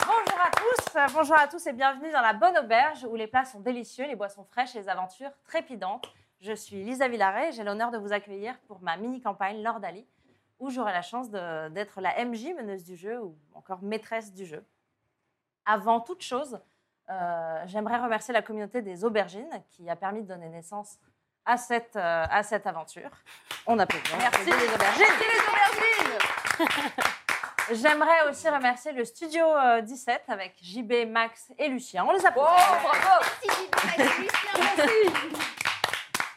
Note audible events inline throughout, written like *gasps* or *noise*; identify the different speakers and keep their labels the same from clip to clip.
Speaker 1: Bonjour à tous, euh, bonjour à tous et bienvenue dans la bonne auberge où les plats sont délicieux, les boissons fraîches et les aventures trépidantes. Je suis Lisa Villaret et j'ai l'honneur de vous accueillir pour ma mini-campagne Lord Ali, où j'aurai la chance de- d'être la MJ, meneuse du jeu ou encore maîtresse du jeu. Avant toute chose, euh, j'aimerais remercier la communauté des aubergines qui a permis de donner naissance à cette, euh, à cette aventure. On applaudit. Merci les aubergines. J'aimerais aussi remercier le studio euh, 17 avec JB, Max et Lucien. On les applaudit.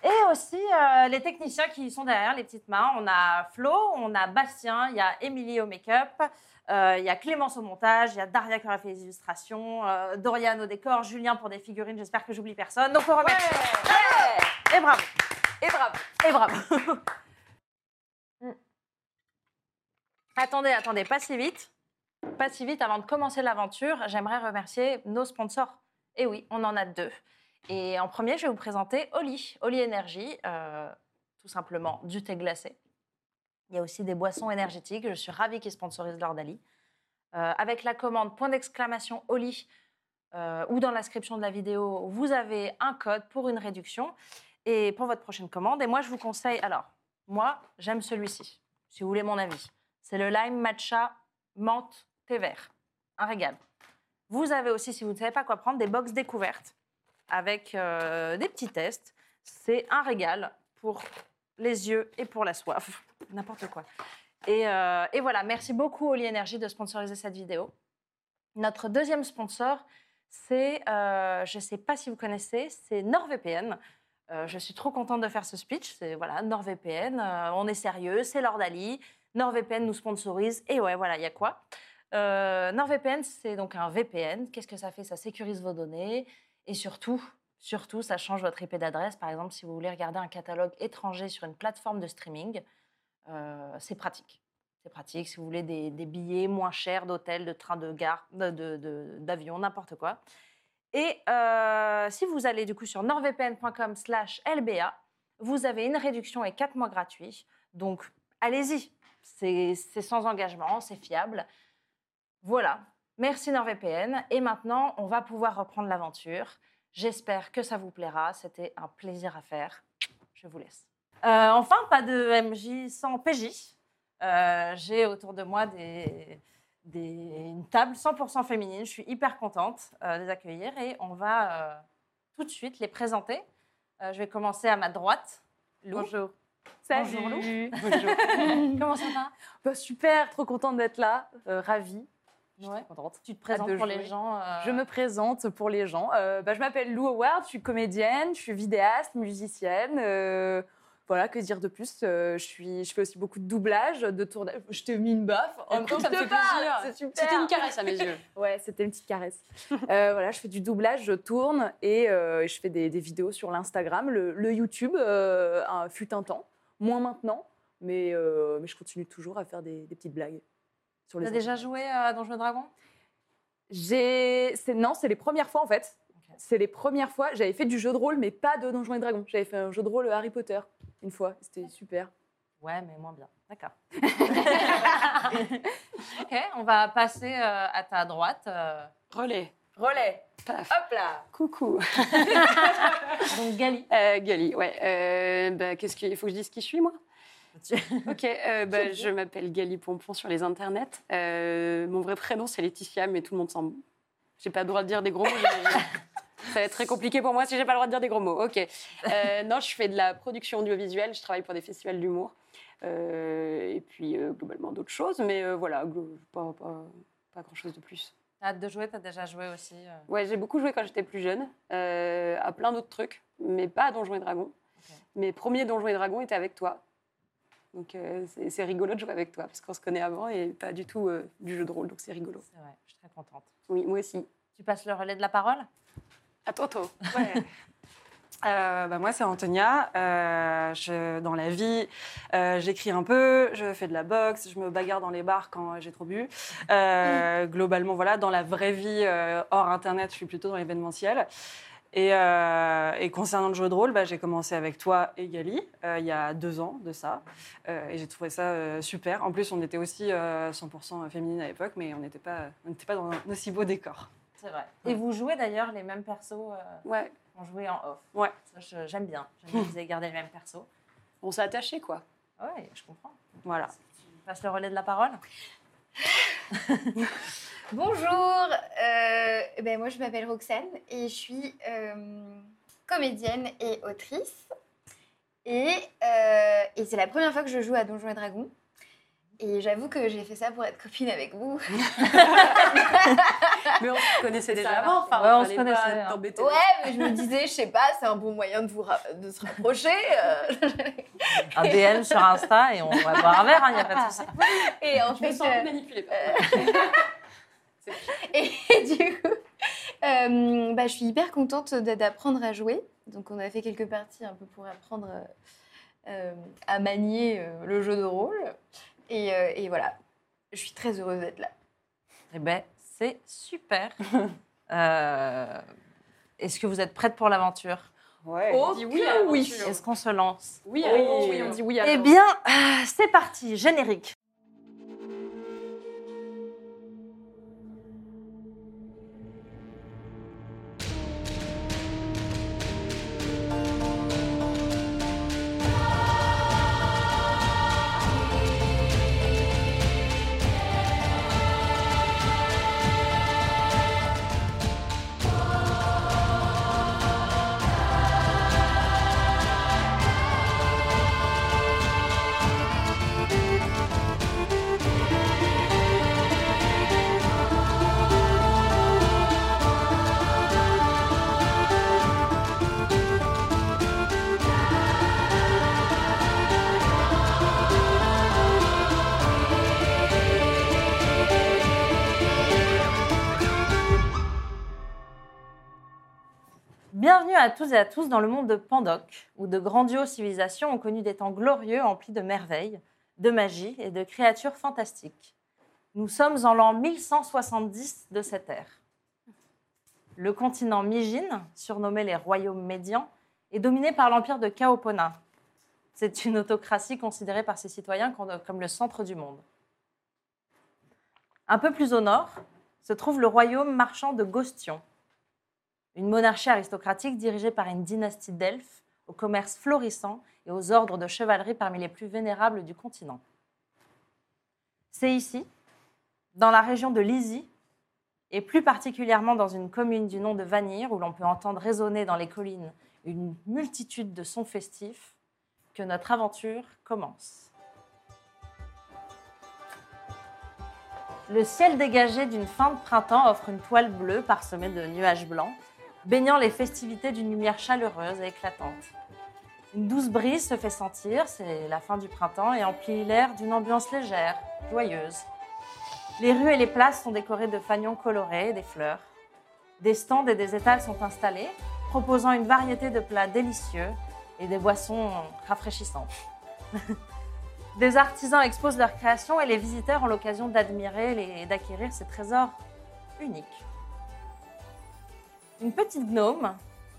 Speaker 1: Et aussi euh, les techniciens qui sont derrière, les petites mains. On a Flo, on a Bastien, il y a Émilie au make-up, euh, il y a Clémence au montage, il y a Daria qui aura fait les illustrations, euh, Dorian au décor, Julien pour des figurines, j'espère que j'oublie personne. Donc on remercie. Et bravo.
Speaker 2: Et bravo.
Speaker 1: Et bravo. Hmm. attendez, attendez, pas si vite. Pas si vite, avant de commencer l'aventure, j'aimerais remercier nos sponsors. Et oui, on en a deux. Et en premier, je vais vous présenter Oli, Oli Energy, euh, tout simplement du thé glacé. Il y a aussi des boissons énergétiques. Je suis ravie qu'ils sponsorisent Lord Ali. Euh, avec la commande point d'exclamation Oli euh, ou dans l'inscription de la vidéo, vous avez un code pour une réduction et pour votre prochaine commande. Et moi, je vous conseille, alors, moi, j'aime celui-ci, si vous voulez mon avis. C'est le lime matcha menthe thé vert. Un régal. Vous avez aussi, si vous ne savez pas quoi prendre, des box découvertes avec euh, des petits tests. C'est un régal pour les yeux et pour la soif. *laughs* N'importe quoi. Et, euh, et voilà, merci beaucoup Oli Energy de sponsoriser cette vidéo. Notre deuxième sponsor, c'est, euh, je ne sais pas si vous connaissez, c'est NordVPN. Euh, je suis trop contente de faire ce speech. C'est voilà, NordVPN, euh, on est sérieux, c'est Lord Ali. NordVPN nous sponsorise. Et ouais, voilà, il y a quoi Euh, NordVPN, c'est donc un VPN. Qu'est-ce que ça fait Ça sécurise vos données. Et surtout, surtout, ça change votre IP d'adresse. Par exemple, si vous voulez regarder un catalogue étranger sur une plateforme de streaming, euh, c'est pratique. C'est pratique si vous voulez des, des billets moins chers d'hôtel, de train, de gare, de- de- de- d'avion, n'importe quoi. Et euh, si vous allez du coup sur nordvpn.com slash lba, vous avez une réduction et 4 mois gratuits. Donc allez-y, c'est c'est sans engagement, c'est fiable. Voilà, merci NordVPN. Et maintenant, on va pouvoir reprendre l'aventure. J'espère que ça vous plaira, c'était un plaisir à faire. Je vous laisse. Euh, enfin, pas de MJ sans PJ. Euh, J'ai autour de moi des, des- une table 100% féminine. Je suis hyper contente euh, de les accueillir et on va euh, tout de suite les présenter. Euh, je vais commencer à ma droite. Lou.
Speaker 2: Bonjour.
Speaker 1: Bonjour,
Speaker 2: *laughs*
Speaker 1: Lou.
Speaker 2: Bonjour.
Speaker 1: Comment ça va
Speaker 2: Bah, super, trop contente d'être là, euh, ravie. Je suis
Speaker 1: Ouais.
Speaker 2: très contente.
Speaker 1: Tu te présentes
Speaker 2: Hâte de
Speaker 1: pour les
Speaker 2: jouer.
Speaker 1: gens. euh,
Speaker 2: Je me présente pour les gens. Euh, bah, je m'appelle Lou Howard, je suis comédienne, je suis vidéaste, musicienne. euh, voilà, que dire de plus Euh, je, suis, je fais aussi beaucoup de doublage, de tournage. Je t'ai mis une baffe. En même temps,
Speaker 3: ça
Speaker 2: je
Speaker 3: me
Speaker 2: te
Speaker 3: fait
Speaker 2: parle,
Speaker 3: plaisir.
Speaker 2: C'est super.
Speaker 3: C'était une caresse à mes yeux.
Speaker 2: Ouais, c'était une petite caresse. Euh, voilà, je fais du doublage, je tourne et euh, je fais des, des vidéos sur l'Instagram, le, le YouTube, euh, un- fut un temps, moins maintenant, mais, euh, mais je continue toujours à faire des, des petites blagues. Sur les
Speaker 1: T'as déjà
Speaker 2: Instagram.
Speaker 1: joué euh, à Donjons et Dragons
Speaker 2: J'ai, c'est, non, c'est les premières fois en fait.
Speaker 1: Ok.
Speaker 2: C'est les premières fois. J'avais fait du jeu de rôle, mais pas de Donjons et Dragons. J'avais fait un jeu de rôle Harry Potter une fois. C'était super.
Speaker 1: Ouais, mais moins bien. D'accord. ok, on va passer euh, à ta droite. euh,
Speaker 3: Relais.
Speaker 2: Relais.
Speaker 3: Paf.
Speaker 2: Hop là.
Speaker 3: Coucou.
Speaker 1: donc Gali.
Speaker 3: Euh, Gali, ouais. Euh, bah, qu'est-ce qu'il faut que je dise qui je suis, moi
Speaker 1: Tu-
Speaker 3: Ok, euh, bah, je m'appelle Gali Pompon sur les internets. Euh, mon vrai prénom, c'est Laetitia, mais tout le monde s'en. J'ai pas le droit de dire des gros mots. j'ai- Ça va être très compliqué pour moi si j'ai pas le droit de dire des gros mots. Ok. Euh, non, je fais de la production audiovisuelle. Je travaille pour des festivals d'humour. Euh, et puis, euh, globalement, d'autres choses. Mais euh, voilà, glo- pas- pas- pas grand-chose de plus.
Speaker 1: T'as hâte de jouer, t'as déjà joué aussi. euh.
Speaker 3: Ouais, j'ai beaucoup joué quand j'étais plus jeune, euh, à plein d'autres trucs, mais pas à Donjons et Dragons. Mes premiers Donjons et Dragons étaient avec toi. Donc euh, c'est- c'est rigolo de jouer avec toi, parce qu'on se connaît avant et pas du tout euh, du jeu de rôle, donc c'est rigolo.
Speaker 1: C'est vrai, je suis très contente.
Speaker 3: Oui, moi aussi.
Speaker 1: Tu passes le relais de la parole
Speaker 3: À Toto.
Speaker 4: Ouais. Euh, bah, moi, c'est Antonia. Euh, je- dans la vie, euh, j'écris un peu, je fais de la boxe, je me bagarre dans les bars quand j'ai trop bu.
Speaker 3: *laughs*
Speaker 4: Euh, globalement, voilà, dans la vraie vie, euh, hors Internet, je suis plutôt dans l'événementiel. Et, euh, et concernant le jeu de rôle, bah, j'ai commencé avec toi et Gali euh, il y a deux ans de ça. Euh, et j'ai trouvé ça euh, super. En plus, on était aussi euh, 100% féminine à l'époque, mais on n'était pas, on n'était pas dans un aussi beau décor.
Speaker 1: C'est vrai. Et vous jouez d'ailleurs les mêmes persos euh,
Speaker 3: Ouais,
Speaker 1: qu'on jouait en off.
Speaker 4: Ouais.
Speaker 1: Ça, je- J'aime bien. J'aime bien que vous ayez gardé les mêmes persos.
Speaker 3: on s'est attachés, quoi.
Speaker 1: Oui, je comprends.
Speaker 4: Voilà.
Speaker 1: Tu passes le relais de la parole
Speaker 5: Bonjour, euh, ben moi je m'appelle Roxane et je suis euh, comédienne et autrice. Et, euh, et c'est la première fois que je joue à Donjons et Dragons. Et j'avoue que j'ai fait ça pour être copine avec vous.
Speaker 3: *laughs* Mais on se connaissait déjà
Speaker 1: ça,
Speaker 3: avant.
Speaker 1: marche.
Speaker 3: Enfin,
Speaker 1: Ouais, on
Speaker 3: fallait
Speaker 1: se connaissait,
Speaker 3: pas
Speaker 1: hein.
Speaker 3: t'embêter.
Speaker 5: Ouais, mais *laughs* je me disais, je sais pas, c'est un bon moyen de, vous ra- de se rapprocher. euh.
Speaker 1: Un DM sur Insta et on va boire un verre, il n'y a pas de souci.
Speaker 5: Et en
Speaker 3: Je me
Speaker 5: fait,
Speaker 3: sens un
Speaker 5: euh,
Speaker 3: peu manipulée. par
Speaker 5: Euh,
Speaker 3: contre.
Speaker 5: Et *laughs* du coup, euh, bah, je suis hyper contente d'a- d'apprendre à jouer. Donc, on a fait quelques parties un peu pour apprendre euh, euh, à manier euh, le jeu de rôle. Et, euh, et voilà, je suis très heureuse d'être là.
Speaker 1: Eh bien, c'est super. Euh, Est-ce que vous êtes prête pour l'aventure
Speaker 4: Ouais.
Speaker 3: On dit oui, à
Speaker 2: oui.
Speaker 3: l'aventure.
Speaker 1: Est-ce qu'on se lance
Speaker 3: Oh, Oui,
Speaker 2: Oh,
Speaker 3: allez.
Speaker 2: oui, on dit oui.
Speaker 1: Eh
Speaker 2: alors.
Speaker 1: bien, euh, c'est parti, générique. Bienvenue à tous et à tous dans le monde de Pandoc, où de grandioses civilisations ont connu des temps glorieux emplis de merveilles, de magie et de créatures fantastiques. Nous sommes en l'an 1170 de cette ère. Le continent Mygine, surnommé les royaumes médians, est dominé par l'empire de Kaopona. C'est une autocratie considérée par ses citoyens comme- comme le centre du monde. Un peu plus au nord se trouve le royaume marchand de Gostion une monarchie aristocratique dirigée par une dynastie d'elfes, au commerce florissant et aux ordres de chevalerie parmi les plus vénérables du continent. C'est ici, dans la région de Lizy, et plus particulièrement dans une commune du nom de Vanir, où l'on peut entendre résonner dans les collines une multitude de sons festifs, que notre aventure commence. Le ciel dégagé d'une fin de printemps offre une toile bleue parsemée de nuages blancs baignant les festivités d'une lumière chaleureuse et éclatante. Une douce brise se fait sentir, c'est la fin du printemps, et emplit l'air d'une ambiance légère, joyeuse. Les rues et les places sont décorées de fanions colorés et des fleurs. Des stands et des étals sont installés, proposant une variété de plats délicieux et des boissons rafraîchissantes. *laughs* des artisans exposent leurs créations et les visiteurs ont l'occasion d'admirer les- et d'acquérir ces trésors uniques. Une petite gnome,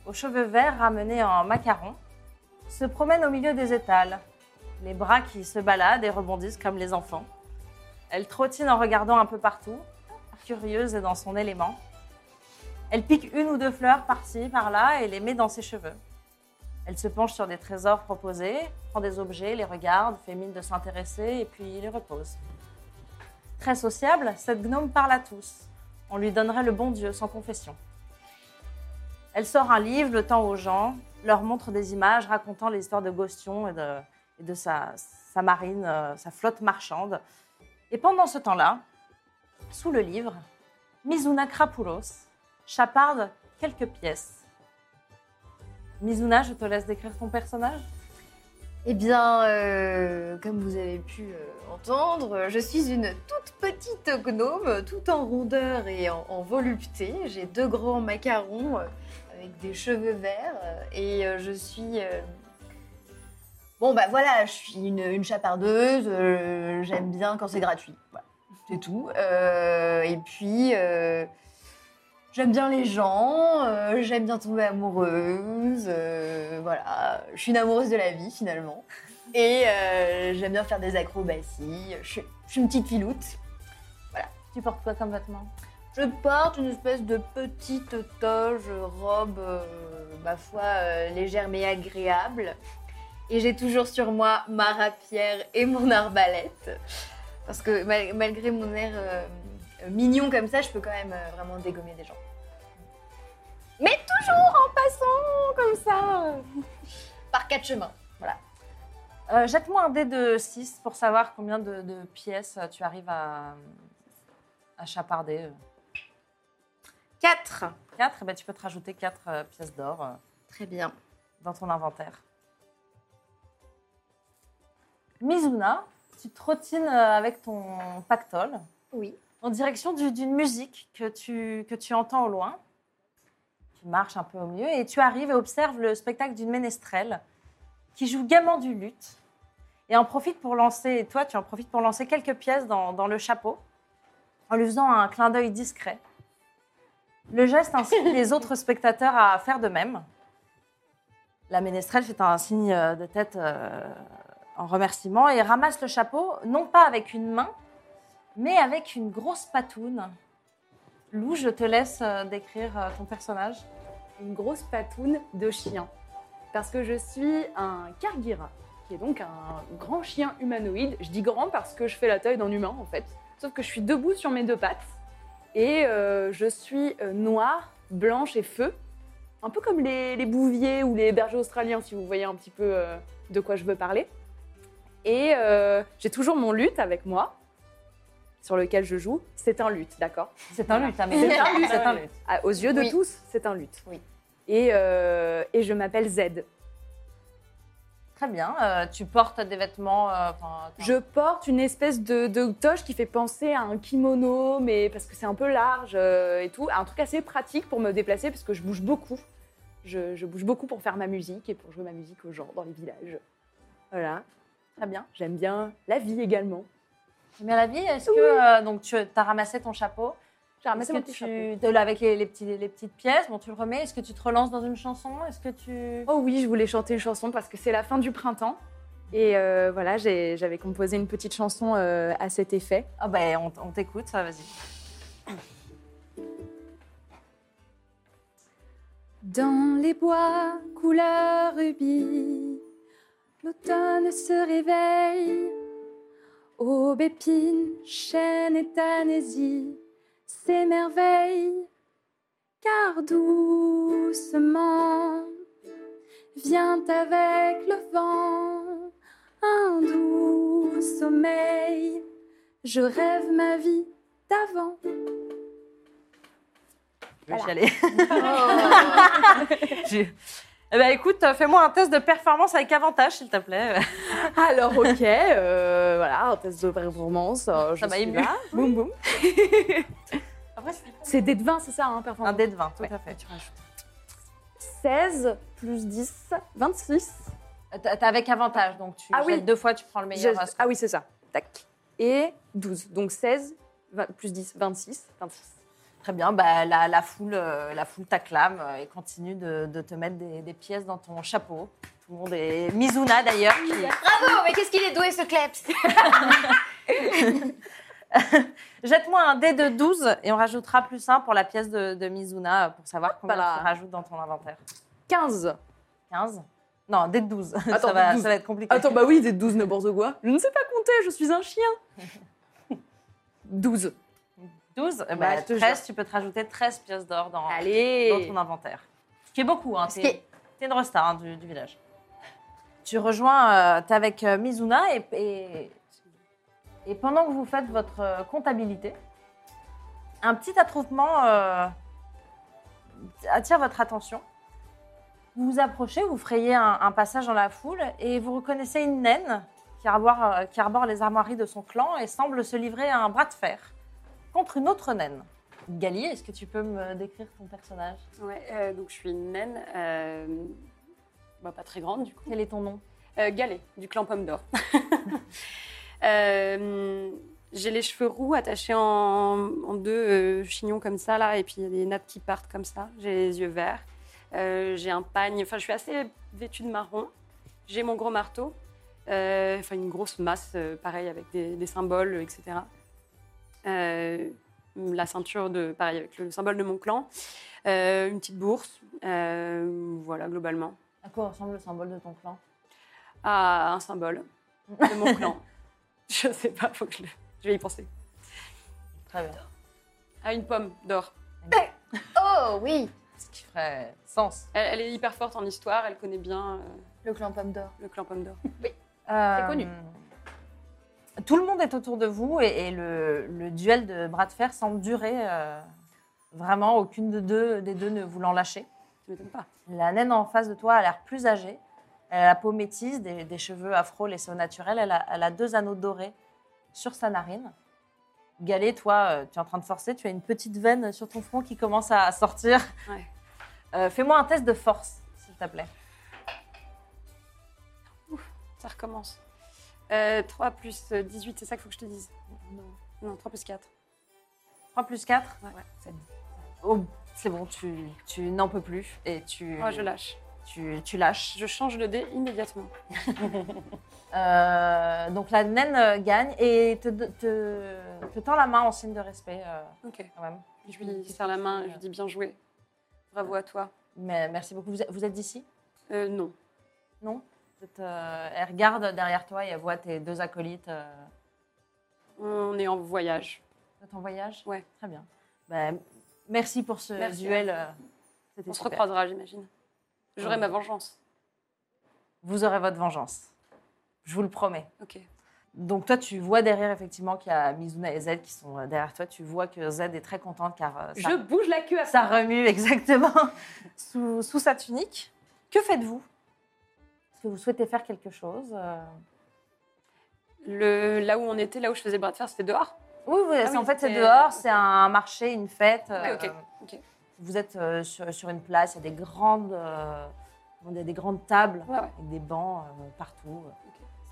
Speaker 1: aux cheveux verts ramenés en macaron, se promène au milieu des étals, les bras qui se baladent et rebondissent comme les enfants. Elle trottine en regardant un peu partout, curieuse et dans son élément. Elle pique une ou deux fleurs par-ci, par-là et les met dans ses cheveux. Elle se penche sur des trésors proposés, prend des objets, les regarde, fait mine de s'intéresser et puis les repose. Très sociable, cette gnome parle à tous. On lui donnerait le bon Dieu sans confession. Elle sort un livre, le tend aux gens, leur montre des images racontant les histoires de Gostion et de, et de sa, sa marine, euh, sa flotte marchande. Et pendant ce temps-là, sous le livre, Mizuna Krapoulos chaparde quelques pièces. Mizuna, je te laisse décrire ton personnage
Speaker 5: Eh bien, euh, comme vous avez pu euh, entendre, euh, je suis une toute petite gnome, tout en rondeur et en, en volupté. J'ai deux grands macarons euh, avec des cheveux verts euh, et euh, je suis... euh, Bon, bah voilà, je suis une, une chapardeuse, euh, j'aime bien quand c'est gratuit. Voilà, c'est tout. Euh, et puis... euh, J'aime bien les gens, euh, j'aime bien tomber amoureuse, euh, voilà. Je suis une amoureuse de la vie finalement. Et euh, j'aime bien faire des acrobaties, je suis, je suis une petite filoute.
Speaker 1: Tu portes quoi comme vêtement
Speaker 5: Je porte une espèce de petite toge, robe, euh, ma foi, euh, légère mais agréable. Et j'ai toujours sur moi ma rapière et mon arbalète. Parce que mal- malgré mon air euh, mignon comme ça, je peux quand même euh, vraiment dégommer des gens. Mais toujours en passant comme ça, euh, par quatre chemins.
Speaker 1: Euh, Jette-moi un dé de 6 pour savoir combien de, de pièces euh, tu arrives à, à chaparder.
Speaker 5: 4.
Speaker 1: 4, ben, tu peux te rajouter 4 pièces d'or euh,
Speaker 5: Très bien.
Speaker 1: dans ton inventaire. Mizuna, tu trottines euh, avec ton pactole
Speaker 5: Oui.
Speaker 1: en direction du- d'une musique que tu, que tu entends au loin. Tu marches un peu au milieu et tu arrives et observes le spectacle d'une ménestrelle qui joue gaiement du luth et en profite pour lancer, et toi tu en profites pour lancer quelques pièces dans, dans le chapeau en lui faisant un clin d'œil discret. Le geste incite les autres spectateurs à faire de même. La ménestrelle fait un signe euh, de tête euh, en remerciement et ramasse le chapeau, non pas avec une main, mais avec une grosse patoune. Lou, je te laisse euh, décrire euh, ton personnage.
Speaker 2: une grosse patoune de chien. Parce que je suis un Kargira, qui est donc un grand chien humanoïde. Je dis grand parce que je fais la taille d'un humain en fait. Sauf que je suis debout sur mes deux pattes. Et euh, je suis euh, noire, blanche et feu. Un peu comme les, les bouviers ou les bergers australiens, si vous voyez un petit peu euh, de quoi je veux parler. Et euh, j'ai toujours mon luth avec moi, sur lequel je joue. C'est un luth, d'accord
Speaker 1: C'est un luth, hein,
Speaker 2: *laughs*
Speaker 1: mais c'est un
Speaker 2: Ah
Speaker 1: luth, c'est un luth.
Speaker 2: à- aux yeux de
Speaker 5: Oui.
Speaker 2: tous, c'est un lutte.
Speaker 5: Oui.
Speaker 2: Et, euh, et je m'appelle Z.
Speaker 1: Très bien. euh, tu portes des vêtements. euh, enfin, t'as-
Speaker 2: Je porte une espèce de, de toche qui fait penser à un kimono, mais parce que c'est un peu large euh, et tout. Un truc assez pratique pour me déplacer parce que je bouge beaucoup. Je, je bouge beaucoup pour faire ma musique et pour jouer ma musique aux gens dans les villages. Voilà,
Speaker 1: Très bien.
Speaker 2: j'aime bien la vie également.
Speaker 1: J'aime bien la vie. Est-ce que euh, donc tu as ramassé ton chapeau
Speaker 2: J'ai ramassé
Speaker 1: Est-ce
Speaker 2: mon
Speaker 1: que
Speaker 2: petit
Speaker 1: tu,
Speaker 2: chapeau.
Speaker 1: de là, avec les, les petits- les petites pièces, bon, tu le remets. Est-ce que tu te relances dans une chanson Est-ce que tu
Speaker 2: Oh oui, je voulais chanter une chanson parce que c'est la fin du printemps. Et euh, voilà, j'ai- j'avais composé une petite chanson euh, à cet effet.
Speaker 1: Ah ben, on, on t'écoute. ça, Vas-y.
Speaker 6: Dans les bois couleur rubis, l'automne se réveille. Aubépine, chêne et tanaisie s'émerveillent, car doucement vient avec le vent un doux sommeil. Je rêve ma vie d'avant.
Speaker 1: Je vais
Speaker 2: *laughs*
Speaker 1: *laughs* chialer. J'ai- Eh ben, écoute, euh, fais-moi un test de performance avec avantage, s'il te plaît.
Speaker 2: Ah, Alors ok, euh, voilà, un test de performance. euh, je
Speaker 1: Ça m'a
Speaker 2: suis
Speaker 1: ému.
Speaker 2: là. Boum boum.
Speaker 1: *laughs* Après, c'est
Speaker 2: C'est des 20, c'est ça, hein,
Speaker 1: un
Speaker 2: performance
Speaker 1: dé de 20, tout
Speaker 2: Ouais.
Speaker 1: à fait.
Speaker 2: 16 plus 10, 26.
Speaker 1: Euh, T'as t'as avec avantage, donc tu
Speaker 2: Ah oui.
Speaker 1: jettes deux fois, tu prends le meilleur.
Speaker 2: Je-
Speaker 1: à ce-
Speaker 2: Ah oui, c'est ça. Tac. Et 12. Donc 16 20 plus 10, 26. 26.
Speaker 1: Très bien, bah, la, la foule, euh, la foule t'acclame euh, et continue de, de te mettre des, des pièces dans ton chapeau. Tout le monde est Mizuna d'ailleurs. qui-
Speaker 5: Bravo, mais qu'est-ce qu'il est doué ce kleps
Speaker 1: Jette-moi un dé de 12 et on rajoutera plus un pour la pièce de, de Mizuna euh, pour savoir combien
Speaker 2: là.
Speaker 1: tu rajoutes dans ton inventaire.
Speaker 2: 15.
Speaker 1: 15 Non, un dé de *laughs* 12.
Speaker 2: Attends,
Speaker 1: ça, va,
Speaker 2: dé de 12.
Speaker 1: ça va être compliqué.
Speaker 2: Attends, bah oui, des 12 n'importe quoi. Je ne sais pas compter, je suis un *laughs* chien. 12.
Speaker 1: 12 eh ben,
Speaker 2: Bah, je te
Speaker 1: 13, tu peux te rajouter 13 pièces d'or dans, dans
Speaker 2: Allez.
Speaker 1: ton inventaire. Ce qui est beaucoup, hein.
Speaker 5: Ce
Speaker 1: T'es
Speaker 5: qui est-
Speaker 1: t'es une resta hein, du, du village. Tu rejoins, euh, t'es avec euh, Mizuna et, et, et pendant que vous faites votre euh, comptabilité, un petit attroupement euh, attire votre attention. Vous vous approchez, vous frayez un, un passage dans la foule et vous reconnaissez une naine qui arbore, euh, qui arbore les armoiries de son clan et semble se livrer à un bras de fer contre une autre naine. Gali, est-ce que tu peux me décrire ton personnage
Speaker 3: Ouais, euh, donc je suis une naine, euh, bah, pas très grande du coup.
Speaker 1: Quel est ton nom
Speaker 3: Euh, Galet, du clan Pomme d'Or. *laughs* Euh, J'ai les cheveux roux attachés en, en deux euh, chignons comme ça, là, et puis il y a des nappes qui partent comme ça. J'ai les yeux verts. Euh, J'ai un pagne, enfin, je suis assez vêtue de marron. J'ai mon gros marteau, Euh, enfin, une grosse masse, euh, pareil, avec des, des symboles, etc. Euh, la ceinture, de, pareil, avec le symbole de mon clan. Euh, une petite bourse, Euh, voilà, globalement.
Speaker 1: À quoi ressemble le symbole de ton clan
Speaker 3: à un symbole de mon clan. je sais pas, faut que je, le- je vais y penser.
Speaker 1: Très bien.
Speaker 3: À une pomme d'or.
Speaker 5: Oh oui,
Speaker 1: Ce qui ferait sens.
Speaker 3: Elle, elle est hyper forte en histoire, elle connaît bien euh,
Speaker 5: le clan Pomme d'Or.
Speaker 3: le clan pomme d'or.
Speaker 1: C'est
Speaker 3: connu.
Speaker 1: Euh, Tout le monde est autour de vous et, et le, le duel de bras de fer semble durer. euh, vraiment, aucune de deux, des deux ne voulant lâcher.
Speaker 3: Ça m'étonne pas.
Speaker 1: La naine en face de toi a l'air plus âgée. Elle a la peau métisse, des, des cheveux afro laissés au naturel. Elle a, elle a deux anneaux dorés sur sa narine. Galet, toi, euh, tu es en train de forcer. Tu as une petite veine sur ton front qui commence à sortir.
Speaker 3: Ouais.
Speaker 1: Euh, Fais-moi un test de force, s'il te plaît.
Speaker 3: Ça recommence. Euh, 3 plus 18, c'est ça qu'il faut que je te dise. Non, 3 plus 4.
Speaker 1: 3 plus 4
Speaker 3: Ouais.
Speaker 1: Oh, c'est bon, tu, tu n'en peux plus et tu,
Speaker 3: Moi, Oh, je lâche.
Speaker 1: tu, tu lâches.
Speaker 3: Je change le dé immédiatement.
Speaker 1: Euh, donc la naine euh, gagne et te, te, te tend la main en signe de respect euh,
Speaker 3: Ok.
Speaker 1: quand même.
Speaker 3: Je lui serre la main, je lui dis bien joué. Bravo à toi.
Speaker 1: Mais merci beaucoup. Vous êtes, vous êtes d'ici
Speaker 3: Euh, non.
Speaker 1: Non Vous êtes, euh, Elle regarde derrière toi et elle voit tes deux acolytes euh,
Speaker 3: On est en voyage.
Speaker 1: de ton voyage.
Speaker 3: Ouais.
Speaker 1: Très bien. Ben, merci pour ce
Speaker 3: Merci.
Speaker 1: duel. euh, c'était
Speaker 3: On se
Speaker 1: super.
Speaker 3: recroisera, j'imagine. J'aurai
Speaker 1: Ouais.
Speaker 3: ma vengeance.
Speaker 1: Vous aurez votre vengeance. Je vous le promets.
Speaker 3: Ok.
Speaker 1: Donc toi, tu vois derrière effectivement qu'il y a Mizuna et Z qui sont euh, derrière toi. Tu vois que Z est très contente car euh, ça,
Speaker 3: Je bouge la queue à
Speaker 1: ça remue *laughs* exactement sous, sous sa tunique. Que faites-vous Est-ce que vous souhaitez faire quelque chose Euh,
Speaker 3: Le, là où on était, là où je faisais le bras de fer, c'était dehors.
Speaker 1: Oui, oui, c'est-
Speaker 3: Ah oui,
Speaker 1: en fait c'est
Speaker 3: c'était-
Speaker 1: dehors,
Speaker 3: ok.
Speaker 1: c'est un marché, une fête. euh,
Speaker 3: Ok, ok, ok.
Speaker 1: Vous êtes euh, sur, sur une place, il y a des grandes, euh, comment dire, des grandes tables
Speaker 3: Ouais, ouais.
Speaker 1: avec des bancs euh, partout.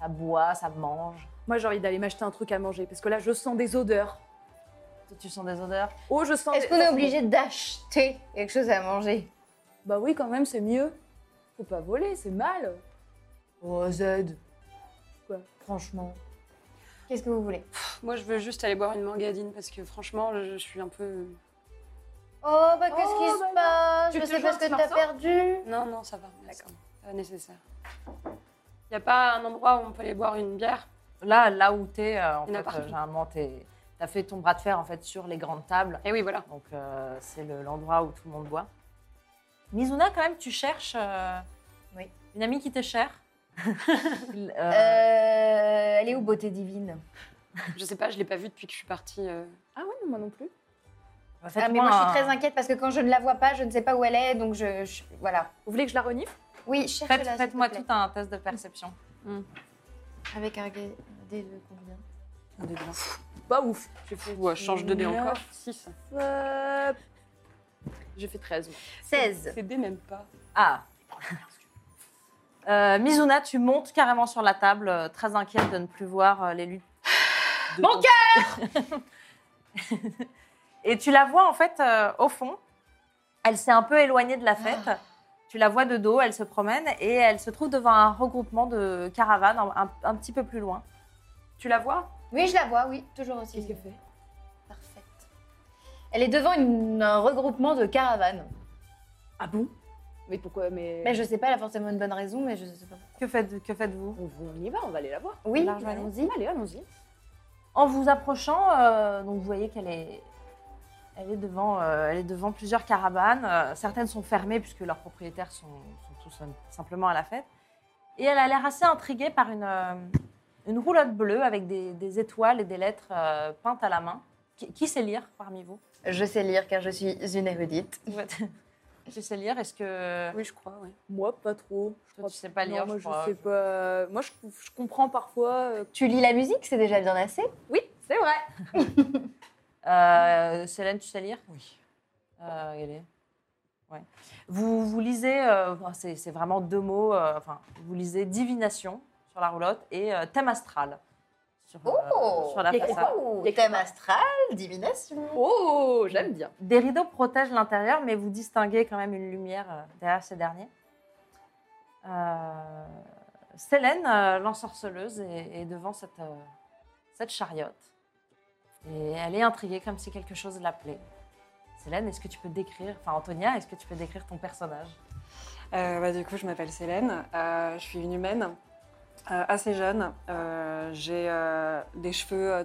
Speaker 1: Ça boit, ça mange.
Speaker 2: Moi, j'ai envie d'aller m'acheter un truc à manger parce que là, je sens des odeurs.
Speaker 1: Toi, Tu sens des odeurs
Speaker 2: Oh, je sens.
Speaker 5: Est-ce
Speaker 2: des-
Speaker 5: qu'on est obligé d'acheter quelque chose à manger
Speaker 2: Bah oui, quand même, c'est mieux. Faut pas voler, c'est mal.
Speaker 1: Oh Z,
Speaker 2: Quoi
Speaker 1: franchement.
Speaker 5: Qu'est-ce que vous voulez
Speaker 3: Pff, Moi, je veux juste aller boire une mangadine parce que franchement, je, je suis un peu.
Speaker 5: Oh bah qu'est-ce
Speaker 2: Oh,
Speaker 5: qui
Speaker 2: bah,
Speaker 5: se passe
Speaker 3: Tu
Speaker 5: Je
Speaker 3: veux
Speaker 5: sais
Speaker 3: toujours Euh,
Speaker 5: pas
Speaker 3: un
Speaker 5: ce
Speaker 3: petit
Speaker 5: que t'as
Speaker 3: morceau
Speaker 5: perdu.
Speaker 3: Non, non, ça va. D'accord. Pas nécessaire. Il n'y a pas un endroit où on peut aller boire une bière
Speaker 1: Là, là où tu es, en
Speaker 3: Il y en a
Speaker 1: fait,
Speaker 3: partout.
Speaker 1: euh, généralement, tu as fait ton bras de fer en fait, sur les grandes tables.
Speaker 3: Eh oui, voilà.
Speaker 1: Donc, euh, c'est le- l'endroit où tout le monde boit. Mizuna, quand même, tu cherches euh,
Speaker 5: Oui.
Speaker 1: une amie qui t'est chère.
Speaker 5: *laughs*
Speaker 1: Il- euh,
Speaker 5: Euh, elle est où beauté divine
Speaker 3: Je sais pas, je l'ai pas vue depuis que je suis partie. euh.
Speaker 2: Ah ouais, moi non plus.
Speaker 1: bah, faites-moi
Speaker 5: Ah mais moi je
Speaker 1: un-
Speaker 5: suis très inquiète parce que quand je ne la vois pas, je ne sais pas où elle est, donc je, je- voilà.
Speaker 2: Vous voulez que je la renifle
Speaker 5: Oui, cherche-la.
Speaker 1: Faites,
Speaker 5: s'il te
Speaker 1: moi
Speaker 5: plaît.
Speaker 1: tout un test de perception.
Speaker 5: Avec un dé un dé de combien
Speaker 2: Pas ouf.
Speaker 3: J'ai fait. Ouais, euh, change de dé
Speaker 2: Neuf.
Speaker 3: encore. 6.
Speaker 2: Euh, J'ai fait 13. moi.
Speaker 5: 16.
Speaker 3: C'est dé même pas.
Speaker 1: Ah Euh, Mizuna, tu montes carrément sur la table, euh, très inquiète de ne plus voir euh, les luttes. de
Speaker 3: Mon
Speaker 1: ton- *laughs* Et tu la vois en fait euh, au fond. Elle s'est un peu éloignée de la fête. Tu la vois de dos, elle se promène et elle se trouve devant un regroupement de caravanes un, un- un petit peu plus loin. Tu la vois
Speaker 5: Oui, je la vois, oui, toujours aussi.
Speaker 2: Qu'est-ce qu'elle fait
Speaker 5: Parfaite. Elle est devant une- un regroupement de caravanes.
Speaker 2: Ah bon Mais pourquoi Mais.
Speaker 5: Mais je sais pas, elle a forcément une bonne raison, mais je sais pas.
Speaker 1: Que faites- que faites-vous
Speaker 2: On, on y va, on va aller la voir.
Speaker 5: Oui,
Speaker 1: La rejoignez
Speaker 5: allons-y.
Speaker 2: Allez, allons-y.
Speaker 1: En vous approchant, euh, donc vous voyez qu'elle est, elle est, devant, euh, elle est devant plusieurs caravanes. Euh, certaines sont fermées puisque leurs propriétaires sont, sont tous sim- simplement à la fête. Et elle a l'air assez intriguée par une, euh, une roulotte bleue avec des, des étoiles et des lettres euh, peintes à la main. Qui, qui sait lire parmi vous
Speaker 5: Je sais lire car je suis une érudite.
Speaker 1: Tu sais lire Est-ce que.
Speaker 3: Oui, je crois, oui.
Speaker 2: Moi, pas trop. Je
Speaker 1: Toi, tu sais pas
Speaker 2: non,
Speaker 1: lire,
Speaker 2: moi,
Speaker 1: je crois.
Speaker 2: sais pas. Moi, je, je comprends parfois. euh,
Speaker 5: Tu lis la musique, c'est déjà bien assez.
Speaker 2: Oui, c'est vrai.
Speaker 1: Euh, Célène, tu sais lire
Speaker 4: Oui.
Speaker 1: Euh, elle est- ouais. vous, vous lisez, euh, enfin, c'est c'est vraiment deux mots, euh, enfin, vous lisez divination sur la roulotte et euh, thème astral sur, euh,
Speaker 5: Oh
Speaker 1: sur la
Speaker 2: Il y a
Speaker 1: façade.
Speaker 5: Oh,
Speaker 2: Il y a
Speaker 5: thème astral, divination.
Speaker 2: Oh, j'aime bien.
Speaker 1: Des rideaux protègent l'intérieur, mais vous distinguez quand même une lumière euh, derrière ces derniers. Euh, Célène, euh, l'ensorceleuse, est, est devant cette, euh, cette chariote. Et elle est intriguée, comme si quelque chose l'appelait. Célène, est-ce que tu peux décrire, enfin Antonia, est-ce que tu peux décrire ton personnage
Speaker 4: Euh, bah, du coup, je m'appelle Célène, euh, je suis une humaine, euh, assez jeune. euh, J'ai euh, des cheveux euh,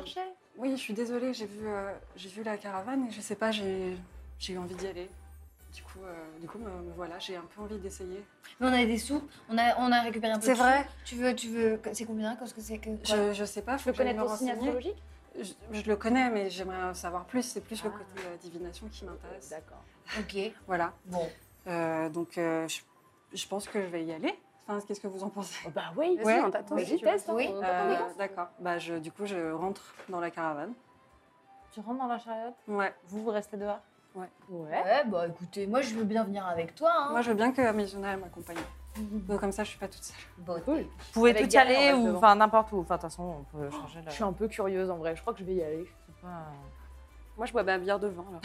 Speaker 4: oui, je suis désolée, j'ai vu, euh, j'ai vu la caravane et je sais pas, j'ai j'ai eu envie d'y aller. Du coup, euh, du coup me, me voilà, j'ai un peu envie d'essayer.
Speaker 5: Mais On a des sous, on a, on a récupéré un peu. de sous. Tu veux, tu veux, c'est combien Qu'est-ce que c'est que quoi
Speaker 4: Je, je sais pas, faut
Speaker 2: Je
Speaker 4: que j'aille
Speaker 2: connais ton
Speaker 4: me
Speaker 2: signe
Speaker 4: renseigner.
Speaker 2: astrologique Ah.
Speaker 4: je, je le connais, mais j'aimerais en savoir plus. C'est plus le côté euh, divination qui m'intéresse.
Speaker 2: D'accord.
Speaker 5: Ok.
Speaker 4: Voilà.
Speaker 5: Bon.
Speaker 4: Euh, donc, euh, je, je pense que je vais y aller. Enfin, qu'est-ce que vous en pensez
Speaker 2: bah oui,
Speaker 3: Vas-y, on t'attend.
Speaker 2: Vas-y,
Speaker 3: si tu veux.
Speaker 2: teste. hein,
Speaker 5: Oui.
Speaker 2: on
Speaker 4: Euh,
Speaker 2: t'attend, mais-
Speaker 4: D'accord. Bah, je, du coup, je rentre dans la caravane.
Speaker 1: Tu rentres dans la chariote
Speaker 4: Ouais.
Speaker 1: Vous, vous restez dehors
Speaker 2: hein. Ouais.
Speaker 5: Ouais, bah écoutez, moi je veux bien venir avec toi. Hein.
Speaker 4: Moi, je veux bien que Mizuna elle m'accompagne.
Speaker 2: *laughs*
Speaker 4: Donc, comme ça, je suis pas toute seule.
Speaker 5: Bon,
Speaker 1: Vous pouvez
Speaker 2: Avec
Speaker 1: tout y
Speaker 2: Gaël,
Speaker 1: aller
Speaker 2: on reste
Speaker 1: ou
Speaker 2: devant.
Speaker 1: enfin n'importe où. Enfin de toute façon, on peut changer la.
Speaker 2: Je suis un peu curieuse en vrai, je crois que je vais y aller.
Speaker 1: c'est pas-
Speaker 3: Moi, je bois ma bière de vin, alors.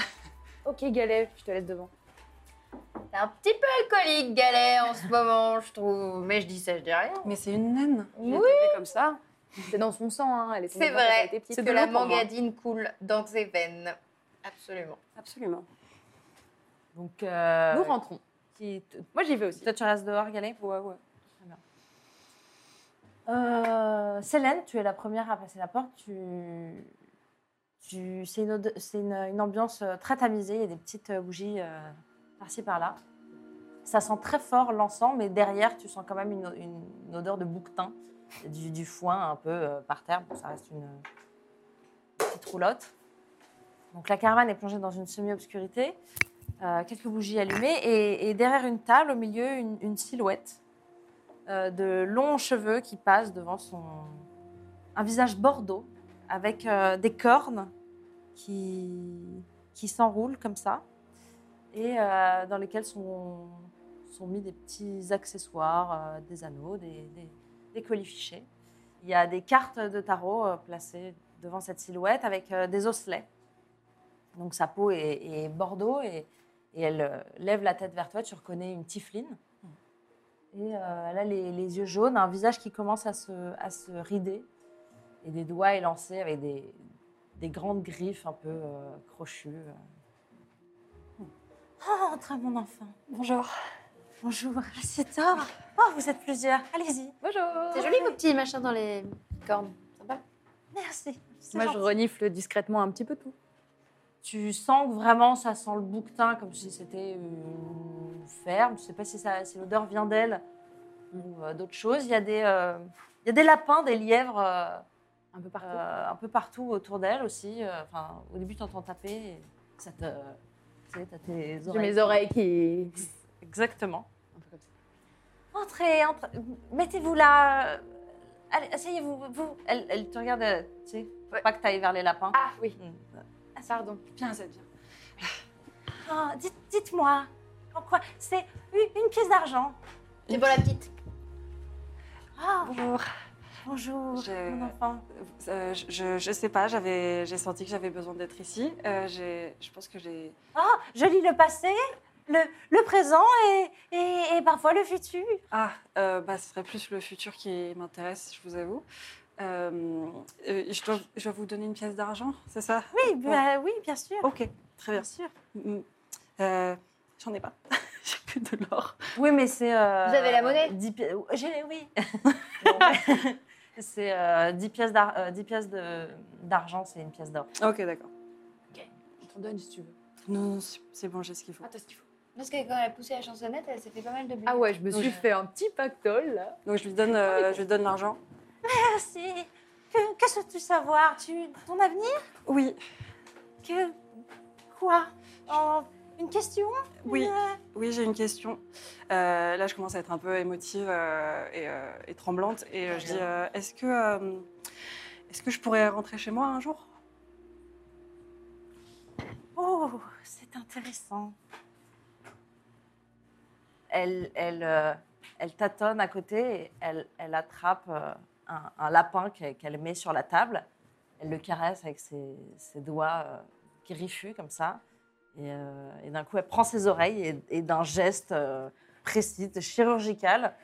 Speaker 2: Ok, Galet, je te laisse devant.
Speaker 5: T'es un petit peu alcoolique, Galet, en ce moment, je trouve. Mais je dis ça, je dis rien.
Speaker 4: Mais c'est une naine.
Speaker 3: Je l'ai
Speaker 5: Oui,
Speaker 3: tapé comme ça.
Speaker 2: C'est dans son sang, hein. elle est
Speaker 5: c'est
Speaker 2: tombée dedans quand elle
Speaker 5: vrai.
Speaker 2: était petite. Euh,
Speaker 5: C'est que la
Speaker 2: l'eau pour moi.
Speaker 5: mangadine coule dans ses veines. Absolument.
Speaker 3: Absolument.
Speaker 1: Donc euh,
Speaker 2: Nous rentrons.
Speaker 1: qui- t-
Speaker 2: euh, Moi, j'y vais aussi.
Speaker 1: Toi, tu restes dehors, Galet
Speaker 4: Ouais, ouais.
Speaker 1: Euh, Célène, tu es la première à passer la porte. Tu, tu- c'est une, ode- c'est une- une ambiance euh, très tamisée. Il y a des petites euh, bougies euh, par-ci par-là. Ça sent très fort l'encens, mais derrière, tu sens quand même une, o- une- une odeur de bouquetin, du, du foin un peu euh, par terre. Bon, ça reste une petite roulotte. Donc la caravane est plongée dans une semi-obscurité. Euh, quelques bougies allumées et, et derrière une table, au milieu, une- une silhouette euh, de longs cheveux qui passent devant son un visage bordeaux avec euh, des cornes qui qui s'enroulent comme ça et euh, dans lesquelles sont sont mis des petits accessoires, euh, des anneaux, des, des, des colifichets. Il y a des cartes de tarot euh, placées devant cette silhouette avec euh, des osselets. Donc sa peau est, est bordeaux et, et elle euh, lève la tête vers toi. Tu reconnais une tifline. Et euh, elle a les, les yeux jaunes, un visage qui commence à se, à se rider, et des doigts élancés avec des, des grandes griffes un peu euh, crochues. euh. Oh, entre mon enfant.
Speaker 4: Bonjour.
Speaker 1: Bonjour. Ah, C'est tard. Oh, vous êtes plusieurs. Allez-y.
Speaker 5: C'est joli vos petits machins dans les cornes. Sympa.
Speaker 1: Merci. C'est
Speaker 2: Moi, je
Speaker 1: gentil.
Speaker 2: renifle discrètement un petit peu tout.
Speaker 1: Tu sens que vraiment ça sent le bouquetin comme si c'était une ferme. Je sais pas si, ça- si l'odeur vient d'elle ou euh, d'autres choses. Il y, a des, euh, il y a des lapins, des lièvres euh,
Speaker 2: Un peu partout.
Speaker 1: euh, un peu partout autour d'elle aussi. euh, Enfin, au début, tu entends taper, et ça te. Tu sais, t'as tes
Speaker 2: J'ai
Speaker 1: oreilles.
Speaker 2: mes oreilles qui.
Speaker 1: Exactement. Entrez, entrez. Mettez-vous là. euh, Allez, asseyez-vous. Vous. Elle, elle te regarde, euh, tu sais, faut
Speaker 5: Ouais.
Speaker 1: pas que tu ailles vers les lapins.
Speaker 5: Ah oui,
Speaker 1: Mm.
Speaker 5: pardon.
Speaker 4: Bien, c'est bien.
Speaker 1: Ah, dites- Dites-moi, en quoi C'est une une pièce d'argent.
Speaker 5: C'est pour la petite.
Speaker 1: Ah,
Speaker 4: Bonjour.
Speaker 1: bonjour,
Speaker 4: Je-
Speaker 1: mon enfant.
Speaker 4: Euh, je- je, je sais pas, j'avais, j'ai senti que j'avais besoin d'être ici. Euh, j'ai, je pense que j'ai.
Speaker 1: Ah, je lis le passé, le, le présent et, et, et parfois le futur.
Speaker 4: Ah, euh, bah, ce serait plus le futur qui m'intéresse, je vous avoue. Euh, euh, je, dois, je dois vous donner une pièce d'argent, c'est ça
Speaker 1: Oui, bah, oui, bien sûr.
Speaker 4: Ok, très bien.
Speaker 1: Bien sûr.
Speaker 4: Mm, mm. Euh, j'en ai pas. *laughs* j'ai que de l'or.
Speaker 1: Oui, mais c'est. euh,
Speaker 5: Vous avez la monnaie
Speaker 1: 10 pi- J'ai,
Speaker 5: *laughs*
Speaker 1: oui. c'est euh, 10 pièces, d'ar- euh, 10 pièces de- d'argent, c'est une pièce d'or.
Speaker 4: Ok, d'accord.
Speaker 2: Je t'en donne si tu veux.
Speaker 4: Non, non, c'est- c'est bon, j'ai ce qu'il faut.
Speaker 2: t'as ce qu'il faut.
Speaker 5: Parce que quand elle a poussé la chansonnette, elle s'est fait pas mal de bulles.
Speaker 2: Ah ouais, je me suis
Speaker 5: Donc,
Speaker 2: fait un petit pactole là.
Speaker 4: Donc je lui donne, euh, je lui donne l'argent.
Speaker 1: Merci. Ah, Que, que souhaites-tu savoir tu, Ton avenir
Speaker 4: Oui,
Speaker 1: Que. Quoi En- Une question
Speaker 4: oui.
Speaker 1: Une, euh,
Speaker 4: Oui, j'ai une question. Euh, là, je commence à être un peu émotive euh, et, euh, et tremblante. Et euh, je dis, euh, est-ce que, euh, est-ce que je pourrais rentrer chez moi un jour
Speaker 1: Oh, c'est intéressant. Elle, elle, euh, elle tâtonne à côté et elle, elle attrape euh, un, un lapin qu'elle qu'elle met sur la table. Elle le caresse avec ses, ses doigts euh, griffus comme ça. Et, euh, et d'un coup, elle prend ses oreilles et, et d'un geste euh, précis, chirurgical,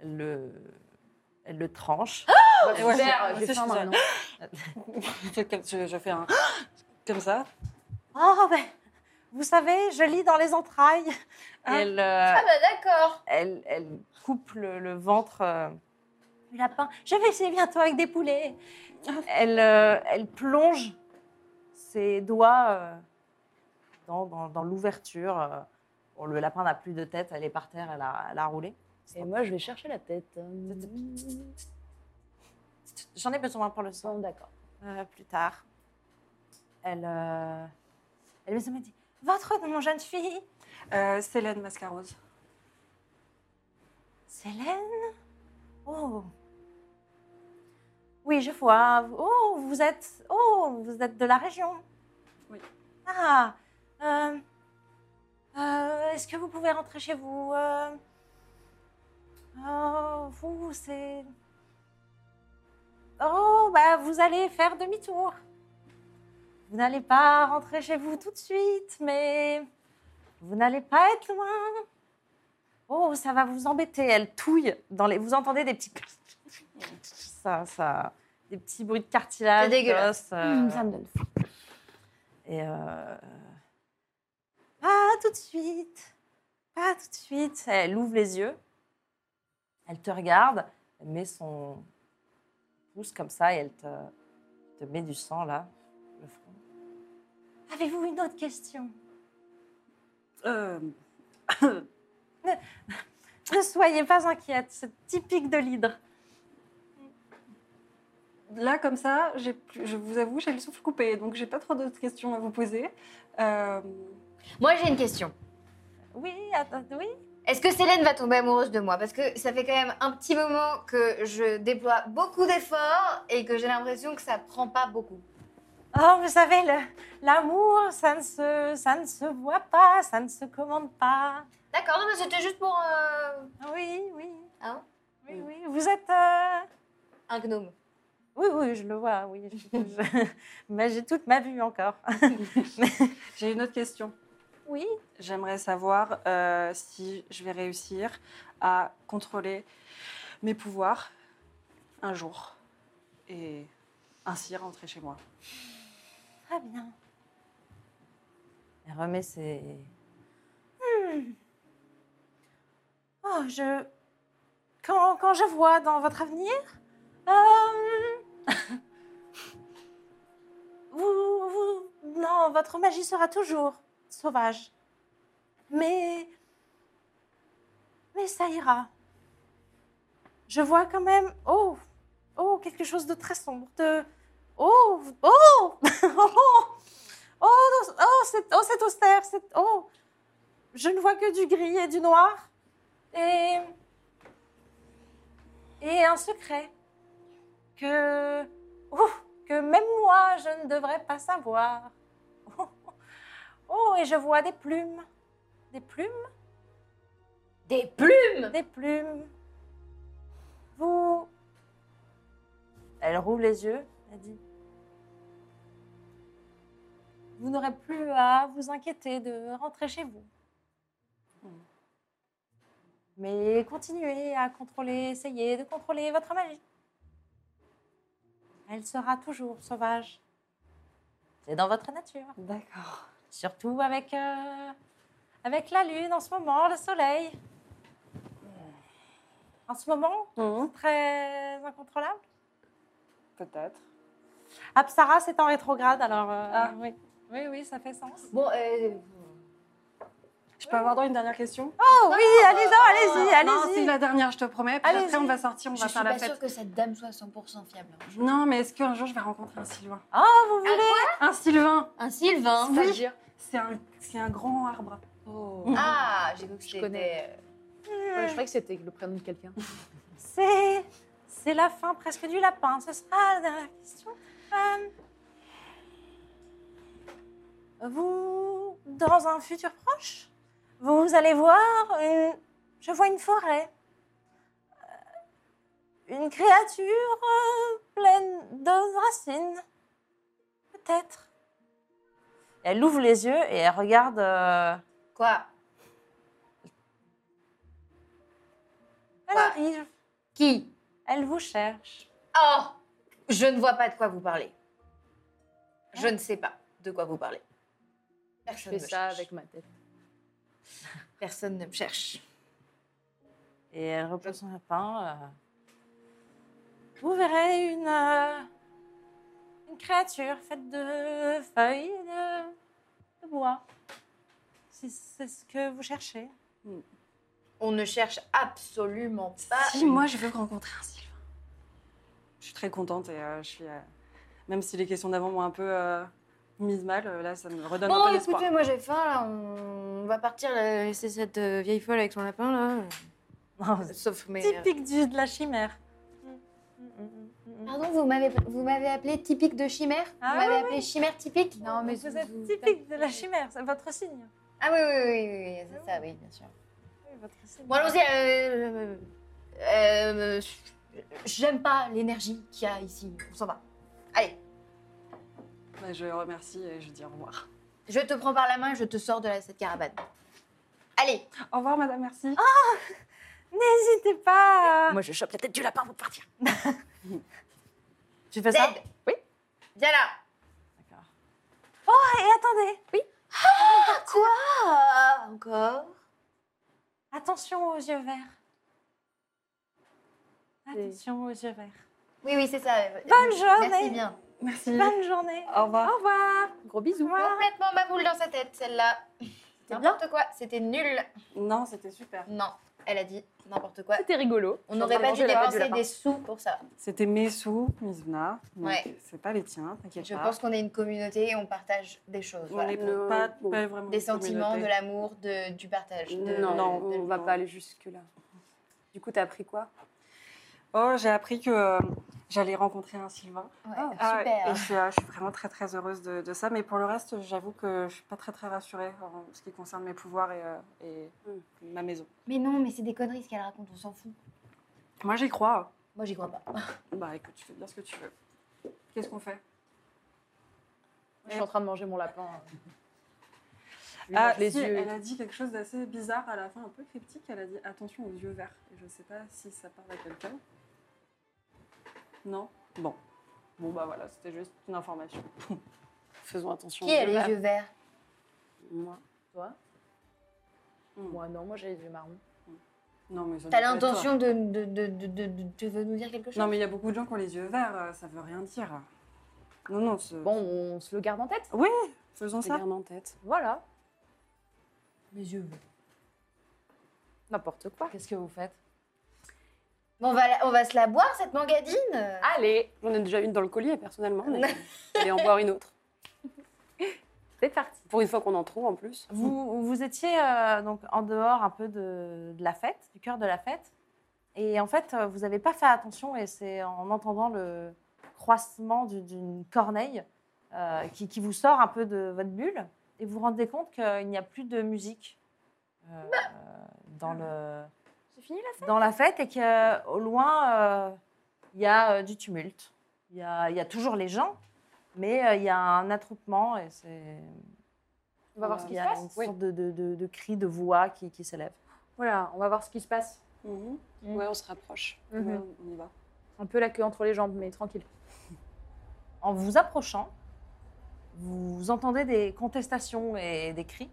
Speaker 1: elle le, elle le tranche.
Speaker 2: Bah,
Speaker 4: Et ouais,
Speaker 2: super,
Speaker 4: je-
Speaker 2: j'ai
Speaker 4: je
Speaker 2: faim
Speaker 4: suis
Speaker 2: maintenant.
Speaker 4: *laughs* je, je fais *gasps* un comme ça.
Speaker 1: Oh, ben, vous savez, je lis dans les entrailles.
Speaker 4: Ah.
Speaker 1: Elle, euh,
Speaker 5: Ah bah d'accord.
Speaker 1: elle, elle coupe le, le ventre euh, du lapin. Je vais essayer bientôt avec des poulets. Elle, euh, elle plonge ses doigts euh, dans, dans- dans l'ouverture. euh. Bon, le lapin n'a plus de tête, elle est par terre, elle a, elle a roulé.
Speaker 2: Et moi, je vais chercher la tête.
Speaker 1: J'en ai besoin pour le soin.
Speaker 2: Bon, d'accord.
Speaker 1: Euh, plus tard. Elle, euh, elle me dit Votre nom, jeune fille
Speaker 4: Euh, Célène Mascarose.
Speaker 1: Célène Oh Oui, je vois. Oh, vous êtes. Oh, vous êtes de la région.
Speaker 4: Oui.
Speaker 1: Ah euh, euh, Est-ce que vous pouvez rentrer chez vous Euh, euh, Vous, c'est. Oh, bah, vous allez faire demi-tour. Vous n'allez pas rentrer chez vous tout de suite, mais vous n'allez pas être loin. Oh, ça va vous embêter. Elle touille dans les. Vous entendez des petits. *laughs* Ça, ça. Des petits bruits de cartilage.
Speaker 5: C'est dégueulasse.
Speaker 1: d'os, euh,
Speaker 2: Mmh, Ça me donne faim.
Speaker 1: et euh, pas tout de suite, pas tout de suite. Elle ouvre les yeux, elle te regarde, elle met son pouce comme ça et elle te, te met du sang là, le front. Avez-vous une autre question
Speaker 4: Euh,
Speaker 1: Ne soyez pas inquiète, c'est typique de l'hydre.
Speaker 4: là comme ça, j'ai plus- je vous avoue, j'ai le souffle coupé, donc j'ai pas trop d'autres questions à vous poser. Euh,
Speaker 5: Moi j'ai une question.
Speaker 1: Oui, attends, oui.
Speaker 5: Est-ce que Célène va tomber amoureuse de moi Parce que ça fait quand même un petit moment que je déploie beaucoup d'efforts et que j'ai l'impression que ça prend pas beaucoup.
Speaker 1: Oh, vous savez, le- l'amour, ça ne se, ça ne se voit pas, ça ne se commande pas.
Speaker 5: D'accord, non mais c'était juste pour euh,
Speaker 1: Oui, oui.
Speaker 5: Hein
Speaker 1: oui, oui. Vous êtes. euh,
Speaker 5: un gnome.
Speaker 1: Oui, oui, je le vois, oui. *laughs* je- je- Mais j'ai toute ma vue encore.
Speaker 4: j'ai une autre question.
Speaker 1: Oui.
Speaker 4: J'aimerais savoir euh, si je vais réussir à contrôler mes pouvoirs un jour et ainsi rentrer chez moi.
Speaker 1: Très bien. Elle remet ses... Hmm. Oh, je... Quand, quand je vois dans votre avenir... euh, *laughs* vous, vous... Non, votre magie sera toujours sauvage. Mais... Mais ça ira. Je vois quand même... Oh, oh, quelque chose de très sombre, de... Oh, oh, *laughs* oh, oh, oh, c'est oh, c'est austère, c'est oh. Je ne vois que du gris et du noir et et un secret que oh, que même moi je ne devrais pas savoir. *laughs* Oh, oh, et je vois des plumes, des plumes.
Speaker 7: Des plumes
Speaker 1: Des plumes. Vous. Elle roule les yeux, elle dit. Vous n'aurez plus à vous inquiéter de rentrer chez vous. Mais continuez à contrôler, essayez de contrôler votre magie. Elle sera toujours sauvage. C'est dans votre nature.
Speaker 3: D'accord.
Speaker 1: Surtout avec, euh, avec la lune en ce moment, le soleil. En ce moment, c'est très incontrôlable.
Speaker 4: Peut-être.
Speaker 1: Apsara, c'est en rétrograde, alors euh, oui. oui, oui, ça fait sens.
Speaker 5: Bon, euh,
Speaker 4: Je peux avoir dans une dernière question Ah,
Speaker 1: Oh oui, allez-y, allez-y,
Speaker 4: Non,
Speaker 1: allez-y.
Speaker 4: c'est la dernière, je te promets. Puis
Speaker 1: Allez-y.
Speaker 4: après, on va sortir, on
Speaker 5: je
Speaker 4: va
Speaker 5: suis
Speaker 4: faire la
Speaker 5: pas sûre
Speaker 4: fête.
Speaker 5: que cette dame soit 100% fiable. hein. Je-
Speaker 4: Non, mais est-ce qu'un jour, je vais rencontrer un Sylvain
Speaker 1: Oh, vous voulez
Speaker 4: Un Sylvain
Speaker 5: Un Sylvain
Speaker 4: Oui.
Speaker 5: *laughs*
Speaker 4: C'est un, c'est un grand arbre.
Speaker 5: Ah, j'ai cru que c'était...
Speaker 2: connais. je croyais que c'était le prénom de quelqu'un.
Speaker 1: C'est c'est la fin presque du lapin. Ce sera la dernière question. Euh, Vous, dans un futur proche, vous allez voir une. Je vois une forêt. Euh, Une créature euh, pleine de racines. Peut-être. Elle ouvre les yeux et elle regarde. euh,
Speaker 5: Quoi
Speaker 1: Elle
Speaker 5: Ouais.
Speaker 1: arrive.
Speaker 5: Qui
Speaker 1: Elle vous cherche.
Speaker 5: Oh Je ne vois pas de quoi vous parlez. Je ne sais pas de quoi vous parlez.
Speaker 2: Je
Speaker 5: Personne,
Speaker 2: fais
Speaker 5: me,
Speaker 2: ça
Speaker 5: cherche.
Speaker 2: avec ma tête.
Speaker 5: Personne ne me cherche.
Speaker 1: Et euh, elle repose son lapin. euh. Vous verrez une, euh, une créature faite de feuilles et de, de bois. Si c'est ce que vous cherchez.
Speaker 5: On ne cherche absolument pas.
Speaker 4: Si, moi, je veux rencontrer un Sylvain. Bah, euh, Je suis très contente et euh, je suis. euh, même si les questions d'avant m'ont un peu euh, mise mal, euh, là, ça me redonne un
Speaker 5: Bon,
Speaker 4: peu d'espoir.
Speaker 5: écoutez, moi j'ai faim là. On va partir là, laisser cette euh, vieille folle avec son lapin là. *laughs* Sauf mes. euh,
Speaker 1: Typique du, de la chimère.
Speaker 5: Pardon, vous m'avez vous m'avez appelé typique de chimère
Speaker 1: Ah
Speaker 5: Vous m'avez appelé chimère typique Non, Oh, mais
Speaker 1: vous êtes typique de la chimère, c'est votre signe.
Speaker 5: Ah oui, oui, oui, oui, oui, c'est ça, oui, bien sûr.
Speaker 1: Oui, votre signe.
Speaker 5: Bon, allons-y. euh, euh, euh, J'aime pas l'énergie qu'il y a ici. On s'en va. Allez,
Speaker 4: Bah, je remercie et je dis au revoir.
Speaker 5: je te prends par la main et je te sors de la, cette caravane. Allez,
Speaker 4: Au revoir, madame, merci.
Speaker 1: N'hésitez pas. euh, à-
Speaker 2: Moi, je chope la tête du lapin pour partir.
Speaker 1: Tu fais ça
Speaker 5: Zed Oui Viens là
Speaker 1: Et attendez,
Speaker 5: Quoi Encore
Speaker 1: attention aux yeux verts. Attention aux yeux verts.
Speaker 5: Oui, oui, c'est ça. Euh,
Speaker 1: Bonne
Speaker 5: Merci
Speaker 1: journée.
Speaker 5: bien.
Speaker 4: Merci.
Speaker 1: Bonne journée.
Speaker 4: Au revoir.
Speaker 1: Au revoir.
Speaker 2: Gros bisous.
Speaker 5: Complètement ma boule dans sa tête, celle-là. C'était n'importe quoi. C'était nul.
Speaker 4: Non, c'était super.
Speaker 5: Non, elle a dit n'importe quoi.
Speaker 2: C'était Ah, rigolo.
Speaker 5: On n'aurait pas dû
Speaker 2: manger la tête du
Speaker 5: dépenser
Speaker 2: lapin.
Speaker 5: des sous pour ça.
Speaker 4: C'était mes sous, Mizuna. Donc,
Speaker 5: Ouais.
Speaker 4: C'est pas les tiens, t'inquiète
Speaker 5: Je
Speaker 4: pas.
Speaker 5: pense qu'on est une communauté et on partage des choses.
Speaker 3: On
Speaker 5: voilà.
Speaker 3: est
Speaker 4: Euh,
Speaker 3: le-
Speaker 4: pas, pas vraiment
Speaker 5: Des
Speaker 4: une
Speaker 5: sentiments,
Speaker 4: communauté.
Speaker 5: de l'amour, de- du partage. de-
Speaker 3: Non,
Speaker 4: Non,
Speaker 3: on
Speaker 4: de-
Speaker 3: va
Speaker 4: non.
Speaker 3: pas aller jusque-là. Du coup, t'as appris quoi
Speaker 4: Oh, j'ai appris que euh, j'allais rencontrer un Sylvain.
Speaker 5: Ouais,
Speaker 4: Ah,
Speaker 5: Oh, super.
Speaker 4: et je, suis, euh, je suis vraiment très très heureuse de, de ça. Mais pour le reste, j'avoue que je suis pas très très rassurée en ce qui concerne mes pouvoirs et, euh, et
Speaker 5: Hmm.
Speaker 4: ma maison.
Speaker 5: Mais non, mais c'est des conneries ce qu'elle raconte, on s'en fout.
Speaker 4: Moi, j'y crois.
Speaker 5: Moi, j'y crois pas.
Speaker 4: Bah écoute, tu fais bien ce que tu veux. Qu'est-ce qu'on fait
Speaker 2: Je suis en train de manger mon lapin. Je lui
Speaker 4: Ah,
Speaker 2: mange les
Speaker 4: si,
Speaker 2: yeux.
Speaker 4: Elle a dit quelque chose d'assez bizarre à la fin, un peu cryptique. Elle a dit attention aux yeux verts. Et je sais pas si ça parle à quelqu'un. Non Bon. Bon, bah voilà, c'était juste une information.
Speaker 3: Faisons attention.
Speaker 5: Qui
Speaker 3: aux
Speaker 5: a
Speaker 4: bah.
Speaker 5: les
Speaker 3: verts.
Speaker 5: yeux verts
Speaker 3: Moi.
Speaker 2: Moi, non, moi, j'ai les yeux marrons.
Speaker 4: Non, mais ça
Speaker 5: T'as
Speaker 4: doit pas être euh, toi.
Speaker 5: l'intention de, de, de, de, de- de- Tu veux nous dire quelque chose
Speaker 4: Non, mais il y a beaucoup de gens qui ont les yeux verts, euh, ça veut rien dire. Non, non, ce-
Speaker 2: Bon, on se le garde en tête.
Speaker 4: faisons
Speaker 3: Je
Speaker 4: ça.
Speaker 3: garde en tête.
Speaker 2: Voilà.
Speaker 5: Mes yeux verts.
Speaker 2: N'importe quoi. Qu'est-ce que vous faites
Speaker 5: Bon, on va, la- on va se la boire, cette mangadine
Speaker 3: Allez J'en ai déjà une dans le collier, personnellement. mais je vais en boire une autre.
Speaker 2: C'est parti.
Speaker 3: Pour une fois qu'on en trouve, en plus.
Speaker 1: Vous, vous étiez euh, donc en dehors un peu de, de la fête, du cœur de la fête. Et en fait, euh, vous n'avez pas fait attention et c'est en entendant le croissement du- d'une corneille euh, qui, qui vous sort un peu de votre bulle et vous vous rendez compte qu'il n'y a plus de musique euh, dans, le, dans la fête et qu'au loin, euh, il y a euh, du tumulte. Il y a, il y a toujours les gens, mais euh, il y a un attroupement et c'est...
Speaker 2: On
Speaker 5: Oh,
Speaker 2: va voir ce qui
Speaker 1: Euh, Il y
Speaker 2: se
Speaker 1: a
Speaker 2: passe.
Speaker 1: Une sorte de, de, de, de cri, de voix qui, qui s'élève.
Speaker 2: Voilà, on va voir ce qui se passe.
Speaker 3: Mhm. Ouais, on se rapproche.
Speaker 2: Mhm.
Speaker 3: Ouais, on y va.
Speaker 2: Un peu la queue entre les jambes, mais tranquille.
Speaker 1: En vous approchant, vous entendez des contestations et des cris.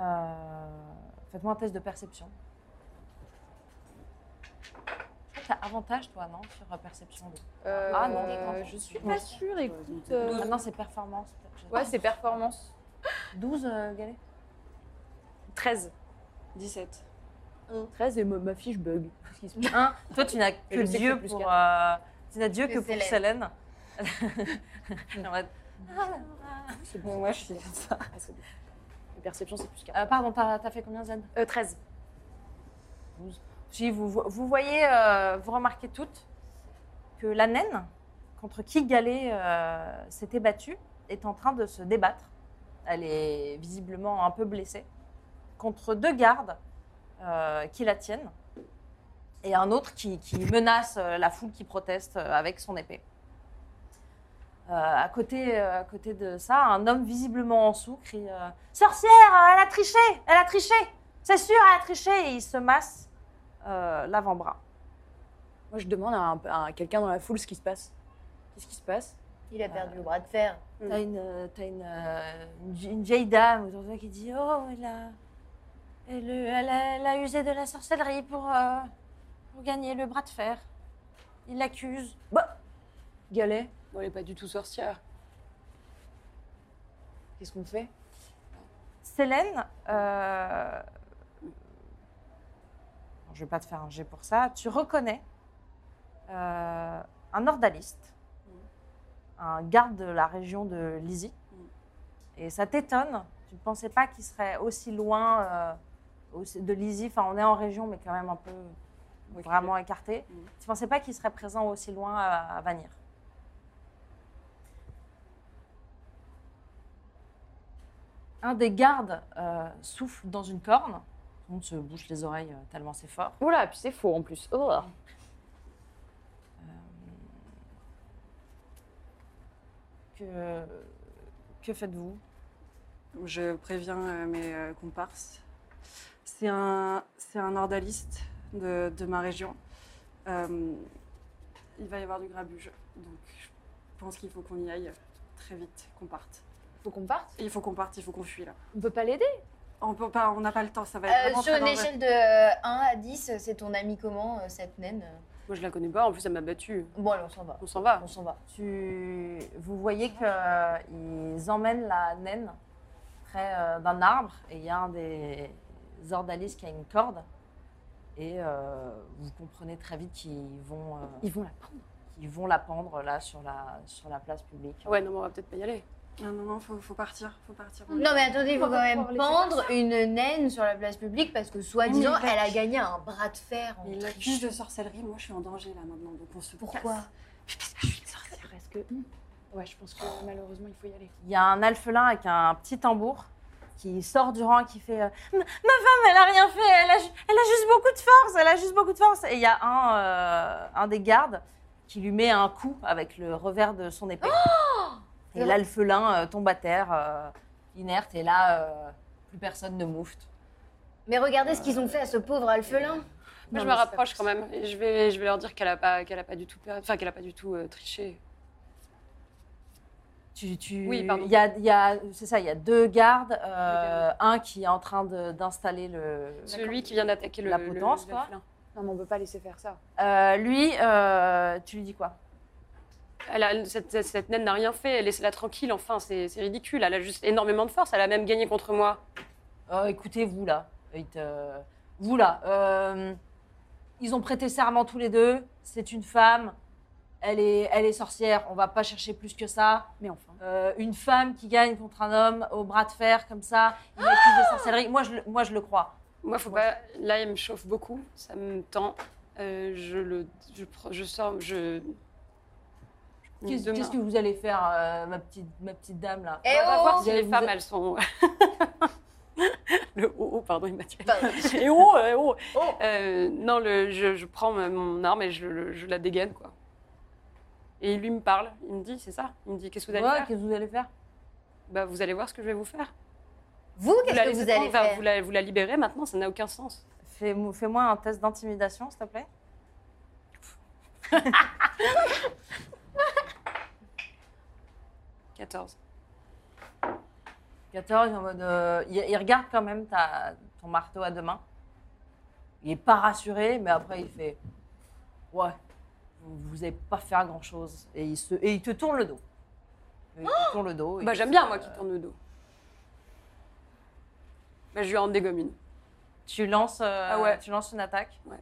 Speaker 1: Euh, Faites-moi un test de perception. Tu as avantage, toi, non, sur euh, perception de-
Speaker 2: Euh,
Speaker 1: Ah non, non,
Speaker 2: je suis pas sûre, écoute. euh,
Speaker 1: Ah non, c'est performance. peut-être.
Speaker 2: Ouais, c'est performance.
Speaker 1: 12, euh, Galet
Speaker 2: 13.
Speaker 3: 17.
Speaker 2: 13 et ma, ma fiche bug.
Speaker 1: Hein Toi, tu n'as
Speaker 2: Et
Speaker 1: que
Speaker 2: je sais que
Speaker 1: Dieu
Speaker 2: c'est plus
Speaker 1: pour.
Speaker 2: quatre.
Speaker 1: euh, tu n'as Dieu
Speaker 5: Que
Speaker 1: que pour Célène.
Speaker 5: Célène.
Speaker 1: En mode,
Speaker 2: C'est
Speaker 3: bon, moi je suis comme ça.
Speaker 2: La perception, c'est plus 4.
Speaker 1: euh, pardon, t'as as fait combien, Z
Speaker 2: 13.
Speaker 1: Si vous, vo- vous voyez, euh, vous remarquez toutes que la naine contre qui Galet euh, s'était battue est en train de se débattre. Elle est visiblement un peu blessée contre deux gardes euh, qui la tiennent et un autre qui, qui menace euh, la foule qui proteste euh, avec son épée. Euh, à, côté, euh, à côté de ça, un homme visiblement en sous crie euh, Sorcière, euh, elle a triché Elle a triché C'est sûr, elle a triché Et il se masse euh, l'avant-bras.
Speaker 2: Moi, je demande à, un- à quelqu'un dans la foule ce qui se passe. Qu'est-ce qui se passe
Speaker 5: Il a perdu le bras de fer.
Speaker 1: T'as une, euh, t'as une, euh, une vie- une vieille dame autour de toi qui dit Oh, elle a, elle, elle a, elle a usé de la sorcellerie pour, euh, pour gagner le bras de fer. Il l'accuse.
Speaker 2: Bah, Galet,
Speaker 3: Bon, elle n'est pas du tout sorcière.
Speaker 2: qu'est-ce qu'on fait
Speaker 1: Célène, euh, je vais pas te faire un jet pour ça, tu reconnais euh, un ordaliste,
Speaker 2: Mm.
Speaker 1: un garde de la région de Lizy. Et ça t'étonne, tu ne pensais pas qu'il serait aussi loin euh, aussi- de Lizy, enfin on est en région mais quand même un peu vraiment écarté.
Speaker 3: Mm.
Speaker 1: Tu ne pensais pas qu'il serait présent aussi loin euh, à, à Vanir. Un des gardes euh, souffle dans une corne. Tout le monde se bouche les oreilles euh, tellement c'est fort.
Speaker 2: Oula, puis c'est faux en plus. Oh.
Speaker 1: Que, Euh, que faites-vous
Speaker 4: Je préviens euh, mes euh, comparses. C'est un, c'est un ordaliste de, de ma région. Euh, il va y avoir du grabuge, donc je pense qu'il faut qu'on y aille très vite, qu'on parte.
Speaker 2: Faut qu'on parte
Speaker 4: Il faut qu'on parte, il faut qu'on fuit là.
Speaker 2: On peut pas l'aider
Speaker 4: On peut pas, on n'a pas le temps, ça va être
Speaker 5: Euh,
Speaker 4: Ah, vraiment
Speaker 5: sur
Speaker 4: très
Speaker 5: une
Speaker 4: dangereux.
Speaker 5: échelle de euh, 1 à 10, c'est ton ami comment, euh, cette naine
Speaker 3: Moi, je la connais pas. En plus, elle m'a battue.
Speaker 5: Bon, allez, on s'en va.
Speaker 3: On s'en va.
Speaker 5: On s'en va.
Speaker 1: tu, Vous voyez qu'ils emmènent la naine près euh, d'un arbre et il y a un des ordalistes qui a une corde. Et euh, vous comprenez très vite qu'ils vont, euh,
Speaker 2: Ils vont la prendre.
Speaker 1: qu'ils vont la pendre là sur la, sur la place publique.
Speaker 3: Ouais, non, mais on va peut-être pas y aller.
Speaker 4: Non, non, non, faut, faut partir, faut partir.
Speaker 5: Non, mais attendez, il faut
Speaker 2: On va
Speaker 5: quand
Speaker 2: pas
Speaker 5: même
Speaker 2: pouvoir laisser
Speaker 5: pendre une naine sur la place publique parce que, soi-disant,
Speaker 4: Mais il va-
Speaker 5: elle a gagné un bras de fer. en
Speaker 4: Mais Il
Speaker 5: triche.
Speaker 4: l'accuse de sorcellerie, moi je suis en danger là maintenant, donc on se
Speaker 5: Pourquoi
Speaker 4: casse. Mais Parce que je suis une sorcière.
Speaker 2: Parce que. hmm. Ouais, je pense que malheureusement, il faut y aller.
Speaker 1: Il y a un alphelin avec un petit tambour qui sort du rang et qui fait euh, Ma ma femme, elle a rien fait, elle a, ju- elle a juste beaucoup de force, elle a juste beaucoup de force. Et il y a un, euh, un des gardes qui lui met un coup avec le revers de son épée.
Speaker 3: Oh
Speaker 1: et l'alphelin euh, tombe à terre, euh, inerte, et là, euh, plus personne ne moufte.
Speaker 5: Mais regardez
Speaker 4: Ah.
Speaker 5: ce qu'ils ont fait à ce pauvre alphelin.
Speaker 3: Moi, je me rapproche quand même. Et je vais, je vais leur dire qu'elle a pas, qu'elle a pas du tout, per- enfin, qu'elle a pas du tout euh, triché.
Speaker 1: Tu, tu-
Speaker 3: Oui, pardon.
Speaker 1: Il y a, il y a- c'est ça, il y a deux gardes, euh, un qui est en train de- d'installer le.
Speaker 3: Celui qui vient d'attaquer le,
Speaker 1: La
Speaker 3: le-
Speaker 1: potence,
Speaker 3: le-
Speaker 1: quoi.
Speaker 3: l'alphelin.
Speaker 2: Non, mais on peut pas laisser faire ça.
Speaker 1: Euh, lui, euh, tu lui dis quoi
Speaker 3: Elle a- cette, cette- cette naine n'a rien fait. Laissez-la tranquille. Enfin, c'est c'est ridicule. Elle a juste énormément de force. Elle a même gagné contre moi.
Speaker 1: Euh, écoutez, vous là. Et, euh, vous là. euh, Ils ont prêté serment tous les deux. C'est une femme. Elle est, elle est sorcière. On va pas chercher plus que ça.
Speaker 2: Mais enfin.
Speaker 1: Euh, une femme qui gagne contre un homme au bras de fer comme ça, il accuse de sorcellerie. Moi, je, le- moi, je le crois.
Speaker 3: Moi, faut pas. Là, il me chauffe beaucoup. Ça me tend. Euh, je le. Je, pre- je sors. Je.
Speaker 1: Qu'est-ce
Speaker 3: Demain.
Speaker 1: qu'est-ce que vous allez faire, euh, ma, petite, ma petite dame là
Speaker 3: On va voir si
Speaker 1: Vous allez
Speaker 3: Oh, les
Speaker 1: vous-
Speaker 3: femmes, elles sont. *laughs* le oh, oh, pardon, il m'a tiré. *laughs* Et oh, eh oh. Euh, non, le, je, je prends ma- mon arme et je, le- je la dégaine, quoi. Et lui me parle, il me dit, c'est ça Il me dit, qu'est-ce que vous allez
Speaker 1: Ouais,
Speaker 3: faire
Speaker 1: qu'est-ce que vous allez faire
Speaker 3: Bah, vous allez voir ce que je vais vous faire.
Speaker 5: Vous, qu'est-ce
Speaker 3: la
Speaker 5: que
Speaker 3: laissez
Speaker 5: vous allez
Speaker 3: prendre, enfin,
Speaker 5: faire
Speaker 3: vous la, vous la libérez maintenant, ça n'a aucun sens.
Speaker 1: Fais- Fais-moi un test d'intimidation, s'il te plaît.
Speaker 3: 14.
Speaker 1: 14, en mode. euh, il, il regarde quand même ta, ton marteau à deux mains. Il est pas rassuré, mais après il fait. Ouais, vous, vous avez pas faire grand chose. Et il, se, et il te tourne le dos. Il te tourne le dos. et
Speaker 3: bah,
Speaker 1: il
Speaker 3: j'aime
Speaker 1: se-
Speaker 3: bien, moi, qui tourne le dos. Bah, je lui en dégomme une.
Speaker 1: Tu lances, euh,
Speaker 3: Ah ouais.
Speaker 1: tu lances une attaque.
Speaker 3: Ouais.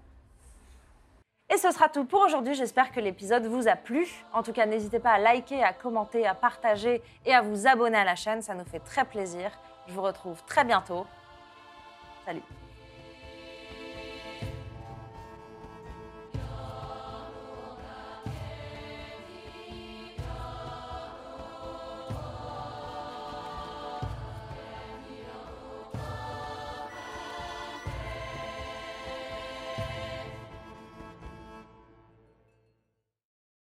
Speaker 1: Et ce sera tout pour aujourd'hui. J'espère que l'épisode vous a plu. En tout cas, n'hésitez pas à liker, à commenter, à partager et à vous abonner à la chaîne. Ça nous fait très plaisir. Je vous retrouve très bientôt. Salut.